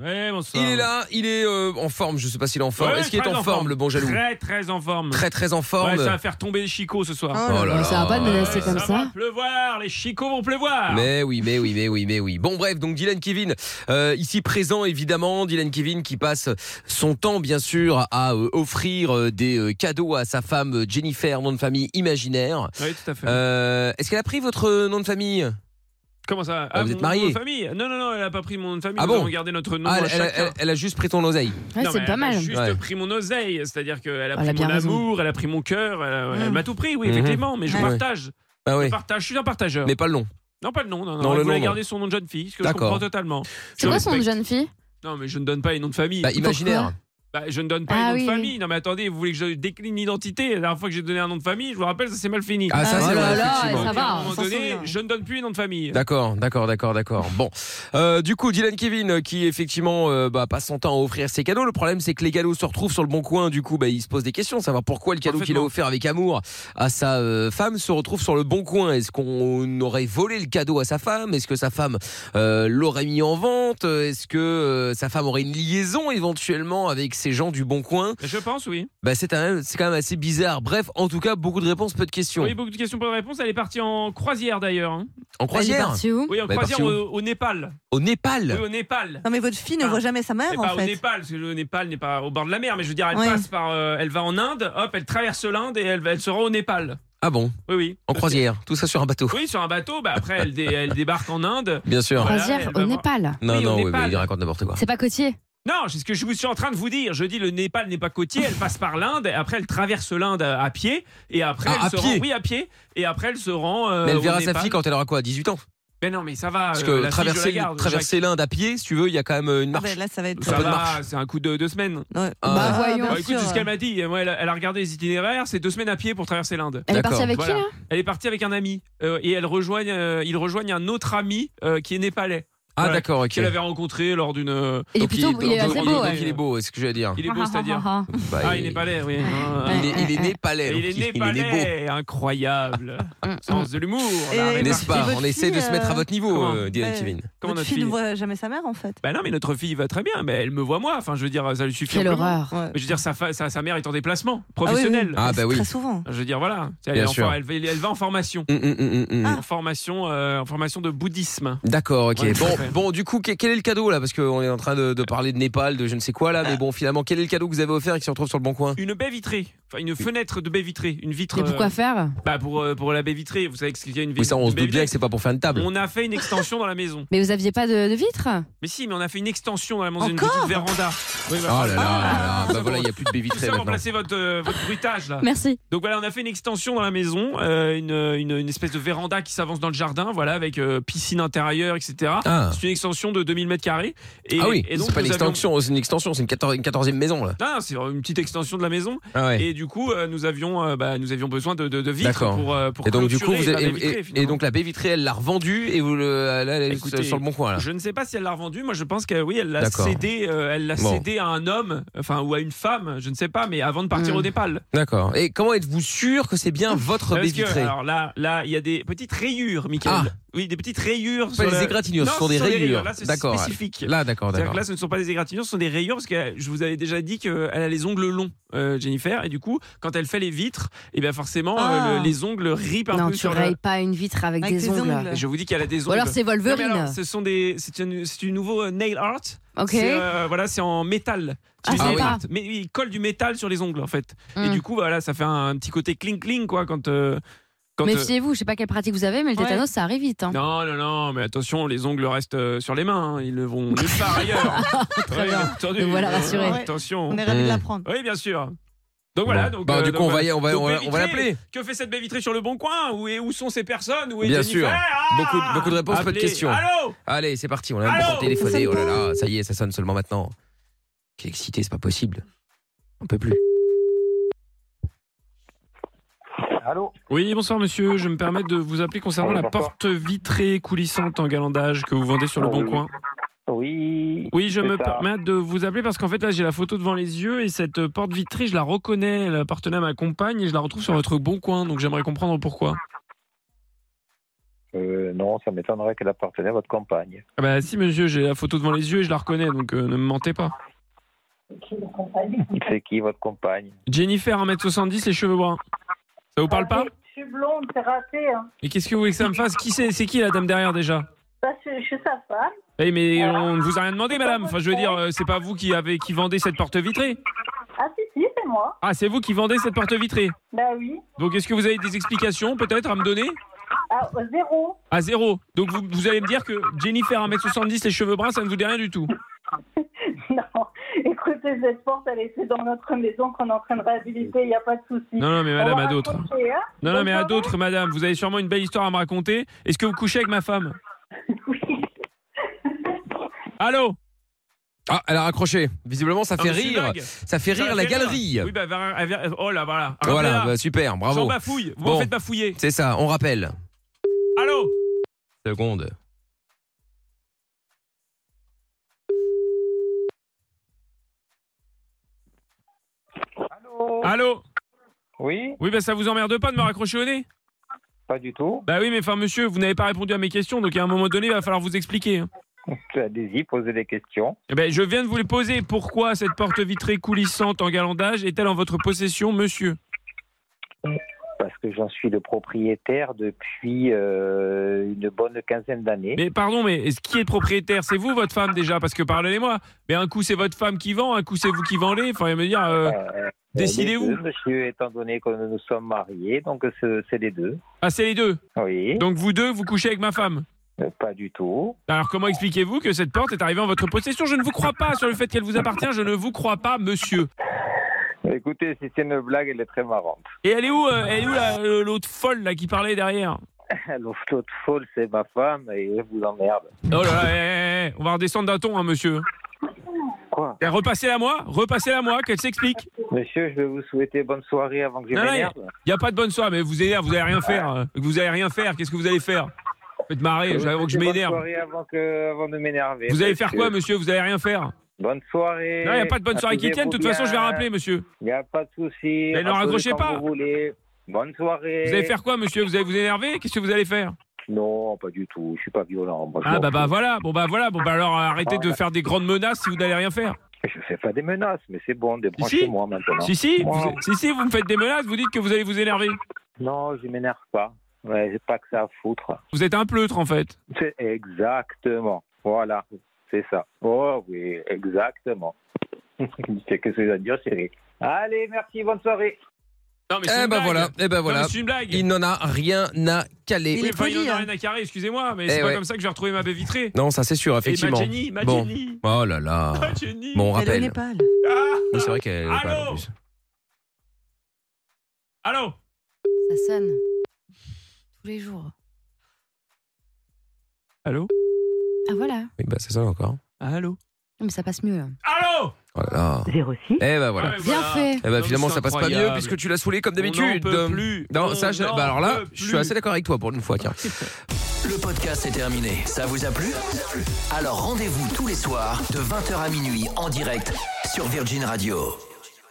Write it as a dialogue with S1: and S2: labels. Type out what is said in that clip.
S1: Ouais, bonsoir.
S2: il est là, il est euh, en forme, je sais pas s'il est en forme.
S1: Ouais,
S2: Est-ce qu'il est
S1: très
S2: Ah. en forme, le bon jaloux
S1: Très, très en forme.
S2: Très très en
S1: Ouais,
S2: forme.
S1: ça va faire tomber les chicots ce soir.
S2: Oh là là.
S3: Ça va pas le menacer
S1: Ouais,
S3: Ah comme
S1: va
S3: ça.
S1: pleuvoir, les chicots vont pleuvoir.
S2: Mais oui, mais oui, mais oui, mais oui. Bon, bref, donc Dylan Kevin, euh, ici présent évidemment, Dylan Kevin qui passe son temps bien sûr à euh, offrir euh, des euh, cadeaux à sa femme euh, Jennifer, nom de famille imaginaire.
S1: Oui, tout à fait.
S2: Euh, Est-ce qu'elle a pris votre nom de famille
S1: Comment ça
S2: ah,
S1: Ah,
S2: vous êtes
S1: mon
S2: mariés
S1: nom de famille Non, non, non, elle a pas pris mon nom de famille.
S2: Ah
S1: nous
S2: bon
S1: avons gardé notre nom
S2: Ah,
S1: à
S2: elle, elle-
S1: chacun.
S2: elle- elle a juste pris ton oseille.
S3: Ouais,
S1: Non, mais
S3: c'est pas
S1: elle
S3: mal.
S1: a juste
S2: Ouais.
S1: pris mon oseille, c'est-à-dire qu'elle a
S3: Elle a
S1: pris
S3: bien
S1: mon
S3: raison.
S1: amour, elle a pris mon cœur, elle, a- elle
S3: Mm.
S1: m'a tout pris, oui,
S2: Mhm.
S1: effectivement, mais je
S2: Ouais.
S1: partage.
S2: Ah
S1: Je
S2: oui,
S1: partage, je suis un partageur.
S2: mais pas le nom.
S1: Non, pas le nom, non, non,
S2: Non,
S1: elle
S2: le
S1: voulait
S2: nom,
S1: garder son nom de jeune fille, ce que je
S2: D'accord.
S1: comprends totalement.
S3: C'est
S1: Je
S3: quoi son nom de
S1: respecte.
S3: jeune fille
S1: Non, mais je ne donne pas les noms de famille.
S2: Bah, imaginaire.
S1: Bah, je ne donne pas
S3: Ah
S1: les noms
S3: oui,
S1: de famille. Non, mais attendez, vous voulez que je décline l'identité La dernière fois que j'ai donné un nom de famille, je vous rappelle, ça s'est mal fini.
S2: Ah, ça
S3: Ah,
S2: c'est
S3: voilà,
S2: vrai,
S3: là,
S2: effectivement.
S3: ça
S1: Donc,
S3: va,
S1: à un
S3: on
S1: moment
S3: s'en
S1: donné,
S3: souvient.
S1: je ne donne plus les noms de famille.
S2: D'accord, d'accord, d'accord, d'accord. Bon, Euh, du coup, Dylan Kevin, euh, qui effectivement euh, bah, passe son temps à offrir ses cadeaux. Le problème, c'est que les cadeaux se retrouvent sur le bon coin. Du coup, bah, il se pose des questions, savoir pourquoi le cadeau qu'il a
S1: Parfaitement.
S2: offert avec amour à sa euh, femme se retrouve sur le bon coin. Est-ce qu'on aurait volé le cadeau à sa femme Est-ce que sa femme euh, l'aurait mis en vente Est-ce que euh, sa femme aurait une liaison éventuellement avec ces gens du bon coin
S1: Je pense, oui.
S2: bah, c'est un- c'est quand même assez bizarre. Bref, en tout cas, beaucoup de réponses, peu de questions.
S1: Oui, beaucoup de questions, pas de réponses. Elle est partie en croisière d'ailleurs. hein.
S2: En
S4: Elle est
S2: croisière,
S3: C'est où
S1: Oui, en
S2: Bah, elle est
S1: croisière
S2: partie
S1: au, au Népal.
S2: au Népal.
S1: Oui, au Népal.
S4: Non mais votre fille ne
S1: Ah.
S4: voit jamais sa
S1: Mais
S4: mère
S1: pas
S4: en
S1: au
S4: fait.
S1: Népal, parce que le Népal n'est pas au bord de la mer, mais je veux dire, elle
S4: Ouais.
S1: passe par. euh, elle va en Inde, hop, elle traverse l'Inde et elle, elle se rend au Népal.
S2: Ah bon
S1: Oui, oui.
S2: En croisière, tout ça sur un bateau.
S1: Oui, sur un bateau, bah, après elle, dé- elle débarque en Inde.
S2: Bien sûr.
S1: Voilà,
S3: Croisière
S1: elle va voir.
S3: au Népal.
S2: Non,
S1: Oui,
S2: non,
S1: au
S2: oui,
S1: Népal.
S2: mais il raconte n'importe quoi.
S3: C'est pas côtier.
S1: Non, c'est ce que je vous suis en train de vous dire. Je dis le Népal n'est pas côtier, elle passe par l'Inde, et après elle traverse l'Inde à, à pied, et après
S2: Ah,
S1: elle
S2: à
S1: se
S2: pied.
S1: rend. Oui, à pied, et après elle se rend. euh,
S2: Mais elle
S1: au
S2: verra sa
S1: Népal.
S2: fille quand elle aura quoi 18 ans
S1: Mais non, mais ça va. euh,
S2: Parce que
S1: la fille, je
S2: traverser,
S1: la garde,
S2: traverser l'Inde à pied, si tu veux, il y a quand même euh, une
S4: Ah
S2: marche.
S4: ben, là ça va être.
S1: Jacques. Ça
S2: peut
S1: va,
S2: marcher.
S1: c'est un coup de deux semaines.
S4: Ouais.
S2: Ah.
S4: Bah,
S3: voyons.
S4: bien
S1: Bah, écoute,
S4: sûr.
S1: c'est ce qu'elle m'a dit. Moi, elle, a- elle a regardé les itinéraires, c'est deux semaines à pied pour traverser l'Inde.
S3: Elle est
S2: D'accord.
S3: partie avec
S1: Voilà.
S3: qui là
S1: Elle est partie avec un ami euh, et elle rejoignent, euh, ils rejoignent un autre ami euh, qui est népalais,
S2: Ah
S1: Voilà.
S2: d'accord, ok.
S1: qu'elle avait rencontré lors d'une. euh,
S3: Il est
S2: Donc,
S3: plutôt il est
S2: donc,
S3: assez
S2: donc,
S3: beau.
S2: donc,
S3: ouais.
S2: il est beau, c'est ce que j'allais dire.
S1: Il est beau, c'est-à-dire.
S3: Ah, ah,
S2: Bah,
S1: Ah, il
S2: il-
S1: est népalais, oui.
S2: Il
S1: Ah.
S2: est, il est
S3: Ouais.
S2: népalais.
S1: Et
S2: donc
S1: Il est
S2: il est
S1: népalais, incroyable.
S3: ah, ah.
S1: Sens de l'humour.
S4: Et-
S1: la
S2: beau.
S4: Mm, Et
S2: N'est-ce
S1: répartie.
S2: pas
S4: votre
S2: On essaie de
S4: fille,
S2: se mettre à
S4: euh,
S2: votre niveau,
S1: comment
S2: euh, Dylan
S4: Ouais.
S2: Kevin.
S1: Comment
S4: Votre
S1: notre
S4: fille
S1: fille
S4: ne voit jamais sa mère en fait.
S1: Bah non, mais notre fille va très bien. Mais elle me voit moi. Enfin, je veux dire, ça lui suffit.
S3: Quelle
S1: amplement.
S3: horreur.
S4: Ouais.
S1: Je veux dire, sa, fa- sa, sa mère est en déplacement
S4: Ah oui, oui.
S1: professionnel.
S2: Ah, bah oui.
S4: Ah Très souvent.
S1: Je veux dire, voilà. Elle,
S2: Bien
S1: est en
S2: sûr.
S1: for- elle va- elle va en formation.
S2: Hum, hum, hum, hum, hum.
S4: Ah.
S1: En formation, euh, en formation de bouddhisme.
S2: D'accord, ok.
S1: Ouais, tout à
S2: bon,
S1: fait.
S2: bon, du coup, que- quel est le cadeau là Parce qu'on est en train de, de parler de Népal, de je ne sais quoi là, mais bon, finalement, quel est le cadeau que vous avez offert et qui se retrouve sur le bon coin
S1: Une baie vitrée. Enfin, une fenêtre de baie vitrée. Une vitre.
S3: Mais pourquoi
S1: euh,
S3: faire
S1: bah pour, euh, pour la baie vitrée. Vous savez ce qu'il y a une baie
S2: Oui, ça, on se
S1: baie
S2: doute bien
S1: vitrée.
S2: que c'est pas pour faire une table.
S1: On a fait une extension dans la maison.
S3: Mais vous aviez pas de, de vitres
S1: Mais si, mais on a fait une extension dans la maison, une
S4: Encore
S1: petite véranda. Oui,
S2: Oh
S1: bah,
S2: là là, là, là.
S1: Ah.
S2: bah voilà, il n'y a plus de baie
S1: tout
S2: vitrée
S1: ça pour
S2: maintenant.
S1: placer votre, euh, votre bruitage là.
S3: Merci.
S1: Donc voilà, on a fait une extension dans la maison, euh, une, une- une espèce de véranda qui s'avance dans le jardin, voilà, avec euh, piscine intérieure, etc.
S2: Ah.
S1: C'est une extension de 2000 mètres carrés. Et-
S2: Ah oui,
S1: et
S2: c'est pas une
S1: nous avions-
S2: extension, c'est une extension, c'est une 14 une 14e maison là.
S1: Non, c'est une petite extension de la maison.
S2: Ah ouais.
S1: Et du coup, euh, nous avions, euh, bah, nous avions besoin de, de, de vitres
S2: D'accord.
S1: pour, euh, pour
S2: Et donc du coup,
S1: clôturer
S2: vous
S1: la
S2: avez-
S1: baie vitrée,
S2: et- et,
S1: finalement.
S2: donc la baie vitrée, elle l'a revendue et vous le, là, elle est
S1: Écoutez,
S2: sur le bon coin là.
S1: Je ne sais pas si elle l'a revendue. Moi, je pense que oui, elle l'a
S2: D'accord.
S1: cédé. euh, elle l'a
S2: Bon.
S1: cédé à un homme, enfin ou à une femme, je ne sais pas. Mais avant de partir
S3: Mm.
S1: au Népal.
S2: D'accord. Et comment êtes-vous sûr que c'est bien votre baie
S1: Parce que,
S2: vitrée
S1: alors là, là, il y a des petites rayures, Michael.
S2: Ah.
S1: Oui, des petites rayures.
S2: Pas
S1: sur
S2: des
S1: la-
S2: égratignures, ce
S1: Non,
S2: sont des rayures.
S1: Là, c'est
S2: D'accord.
S1: spécifique.
S2: Là, d'accord,
S1: C'est-à-dire
S2: d'accord.
S1: que là, ce ne sont pas des égratignures, ce sont des rayures parce que je vous avais déjà dit qu'elle a les ongles longs, euh, Jennifer, et du coup, quand elle fait les vitres, et bien forcément,
S4: Ah.
S1: euh, le- les ongles ripent un
S3: Non,
S1: peu
S3: tu
S1: sur le-
S3: rayes pas une vitre avec,
S4: Avec
S3: des
S4: des
S3: ongles.
S4: ongles.
S1: Je vous dis qu'elle a des
S3: Ou
S1: ongles.
S3: alors c'est
S1: Non, mais
S3: Wolverine.
S1: alors, ce sont des, c'est une- c'est du nouveau euh, nail art.
S3: ok.
S1: C'est, euh, voilà, c'est en métal.
S3: Ah,
S1: Tu sais,
S2: sympa.
S1: les cartes. Mais il colle du métal sur les ongles en fait. Et
S3: Mm.
S1: du coup, voilà, ça fait un, un petit côté cling cling quoi quand. euh, quand euh,
S3: Méfiez-vous, je sais pas quelle pratique vous avez, mais le
S1: Ouais.
S3: tétanos, ça arrive vite. hein.
S1: Non, non, non, mais attention, les ongles restent euh, sur les mains, hein, ils ne vont nulle part ailleurs.
S3: Très bien.
S1: attendu,
S3: Nous voilà
S1: euh,
S3: rassurés.
S1: Attention.
S4: On est ravis
S2: Mm.
S4: de l'apprendre.
S1: Oui, bien sûr. Donc voilà.
S2: Bon.
S1: Donc,
S2: Bah,
S1: euh,
S2: du
S1: donc,
S2: coup, on va,
S1: voilà.
S2: y- on va,
S1: Donc,
S2: on va-
S1: baie
S2: on va
S1: vitrée,
S2: l'appeler.
S1: Que fait cette baie vitrée sur le bon coin où, est- où sont ces personnes Où est
S2: Bien
S1: Jennifer
S2: sûr.
S1: Ah
S2: Beaucoup- beaucoup de réponses, pas de
S1: Appelez.
S2: questions.
S1: Allô
S2: Allez, c'est parti. On a
S1: Allô
S2: même pas téléphoné. Oh là là, ça y est, ça sonne seulement maintenant. Quel excité, c'est pas possible. On peut plus.
S4: Allô
S1: Oui, bonsoir monsieur. Je me permets de vous appeler concernant
S4: Oui,
S1: la
S4: bonsoir.
S1: porte vitrée coulissante en galandage que vous vendez sur le
S4: Ah
S1: Bon
S4: oui.
S1: Coin.
S4: Oui.
S1: Oui, je
S4: C'est
S1: me
S4: ça.
S1: permets de vous appeler parce qu'en fait là j'ai la photo devant les yeux et cette euh, porte vitrée, je la reconnais, elle appartenait à ma compagne et je la retrouve sur votre Bon Coin, donc j'aimerais comprendre pourquoi.
S4: Euh, non, ça m'étonnerait qu'elle appartenait à votre campagne.
S1: Ah bah si monsieur, j'ai la photo devant les yeux et je la reconnais, donc euh, ne me mentez pas.
S4: C'est qui votre compagne
S1: Jennifer, 1m70, les cheveux bruns. Ça vous parle pas
S5: Ah, Je suis blonde, c'est raté. Hein.
S1: Et qu'est-ce que vous voulez que ça me fasse Qui c'est C'est qui la dame derrière déjà
S5: Bah, je, je suis sa femme.
S1: Eh mais on ne vous a rien demandé madame, enfin je veux dire, euh, c'est pas vous qui avez qui vendez cette porte vitrée
S5: Ah si, si, c'est moi.
S1: Ah, c'est vous qui vendez cette porte vitrée.
S5: Bah oui.
S1: Donc, est-ce que vous avez des explications peut-être à me donner
S5: Ah, euh, zéro.
S1: À zéro. Donc, vous, vous allez me dire que Jennifer, 1m70, les cheveux bruns, ça ne vous dit rien du tout.
S5: Non. Écoutez, cette porte, elle était dans notre maison qu'on est en train de réhabiliter, il n'y a pas de souci.
S1: Non, non, mais
S5: On
S2: Oh,
S1: madame,
S5: va
S1: à d'autres.
S5: raccrocher, hein.
S1: Non, non, mais à d'autres, madame. Vous avez sûrement une belle histoire à me raconter. Est-ce que vous couchez avec ma femme
S5: Oui.
S1: Allô
S2: Ah, elle a raccroché. Visiblement, ça fait
S1: Ah, mais c'est une
S2: rire.
S1: blague.
S2: Ça fait rire
S1: Ça
S2: la
S1: fait rire.
S2: galerie.
S1: Oui, bah, ver- ver- ver- oh là, voilà.
S2: Voilà,
S1: Voilà,
S2: bah, super,
S1: J'en
S2: bravo.
S1: bafouille. Vous
S2: Bon.
S1: en faites bafouiller.
S2: C'est ça, on rappelle.
S1: Allô
S2: Seconde.
S4: Allô
S1: Allô
S4: Oui
S1: Oui, bah, ça vous emmerde pas de me raccrocher au nez
S4: Pas du tout.
S1: Bah oui, mais enfin, monsieur, vous n'avez pas répondu à mes questions, donc à un moment donné, il va falloir vous expliquer. hein.
S4: Allez-y, posez des questions.
S1: Eh ben, je viens de vous les poser. Pourquoi cette porte vitrée coulissante en galandage est-elle en votre possession, monsieur
S4: Parce que j'en suis le propriétaire depuis euh, une bonne quinzaine d'années.
S1: Mais pardon, mais est-ce qui est propriétaire C'est vous, votre femme déjà Parce que parlez-moi. Mais un coup, c'est votre femme qui vend, un coup, c'est vous qui vendez. Enfin, il me dire, euh,
S4: Euh,
S1: décidez-vous.
S4: les deux, Monsieur, étant donné que nous sommes mariés, donc euh, ce- c'est les deux.
S1: ah, c'est les deux.
S4: Oui,
S1: Donc vous deux, vous couchez avec ma femme.
S4: Euh, pas du tout.
S1: Alors comment expliquez-vous que cette porte est arrivée en votre possession Je ne vous crois pas sur le fait qu'elle vous appartient. Je ne vous crois pas, monsieur.
S4: Écoutez, si c'est une blague, elle est très marrante.
S1: Et elle est où euh, Elle est où la- euh, l'autre folle là qui parlait derrière
S4: L'autre l'autre folle, c'est ma femme et elle vous emmerde.
S1: Oh là là, eh, eh, eh, on va redescendre d'un ton, hein, monsieur.
S4: Quoi
S1: Eh, Repassez-la moi, repassez-la moi, qu'elle s'explique.
S4: Monsieur, je vais vous souhaiter bonne soirée avant que je
S1: Non, non,
S4: m'énerve.
S1: Il y a pas de bonne soirée, mais vous énervez, vous allez rien faire. euh, Vous allez rien faire, qu'est-ce que vous allez faire Faites
S4: Euh,
S1: marrer, Ah, j'avoue que je
S4: Bonne
S1: m'énerve.
S4: soirée Euh, avant, que, avant de m'énerver.
S1: Vous allez faire quoi,
S4: monsieur
S1: monsieur Vous allez rien faire.
S4: Bonne soirée.
S1: Non, il n'y a pas de
S4: euh,
S1: bonne soirée qui tienne, de toute façon, je vais rappeler, monsieur.
S4: Il n'y a pas de souci.
S1: Mais ne
S4: Rappelez
S1: raccrochez
S4: quand
S1: pas.
S4: Vous voulez. Bonne soirée.
S1: Vous allez faire quoi, monsieur Vous allez vous énerver Qu'est-ce que vous allez faire
S4: Non, pas du tout. Je suis pas violent. moi, je
S1: Ah,
S4: m'en
S1: bah, bah,
S4: fous.
S1: voilà, bon, bah, voilà, bon, bah, alors arrêtez de faire des grandes menaces si vous n'allez rien faire.
S4: Je fais pas des menaces, mais c'est bon. Débranchez-moi maintenant.
S1: Si, si, vous, si, si, vous me faites des menaces, vous dites que vous allez vous énerver.
S4: Non, je m'énerve pas. Ouais, j'ai pas que ça à foutre.
S1: Vous êtes un pleutre, en fait.
S4: C'est exactement. Voilà, c'est ça. Oh oui, exactement. c'est que c'est à dire, chérie. Allez, merci, bonne soirée.
S1: Non, mais c'est
S2: Eh
S1: une
S2: ben
S1: blague.
S2: voilà,
S1: Non,
S2: eh ben
S1: mais
S2: voilà.
S1: C'est une blague.
S2: Il n'en a rien à
S3: Il
S2: caler.
S3: est
S1: Oui, enfin, il
S3: poli,
S1: en a
S3: hein.
S1: rien à carrer, excusez-moi, mais
S2: Eh
S1: c'est pas
S2: ouais.
S1: comme ça que je vais retrouver ma baie vitrée.
S2: Non, ça c'est sûr, effectivement.
S1: Et ma Eh ben, Jenny, ma
S2: Bon.
S1: Jenny.
S2: Oh
S1: Ma
S2: là là.
S1: Jenny.
S2: Bon, on
S6: Elle est au
S2: rappelle.
S6: Népal.
S1: Ah
S2: Oui, c'est vrai qu'elle est pas là, en plus.
S1: Allô
S3: Ça sonne. Tous les jours.
S1: Allô
S3: Ah voilà.
S2: Oui, bah, c'est ça encore.
S1: Allô
S3: Mais ça passe mieux.
S1: Allô
S2: Oh là là.
S6: 06.
S2: Eh ben voilà.
S1: Ah, mais
S3: Bien
S1: voilà.
S3: fait.
S2: Eh ben
S1: Non,
S2: finalement,
S1: mais
S2: ça passe pas
S1: incroyable.
S2: mieux puisque tu l'as saoulé comme
S1: On n'en
S2: d'habitude.
S1: peut plus.
S2: Non, ça,
S1: On
S2: je-
S1: n'en
S2: bah, alors là,
S1: peut
S2: je
S1: plus.
S2: suis assez d'accord avec toi pour une fois, tiens.
S7: Le podcast est terminé. Ça vous a plu Alors rendez-vous tous les soirs de 20h à minuit en direct sur Virgin Radio.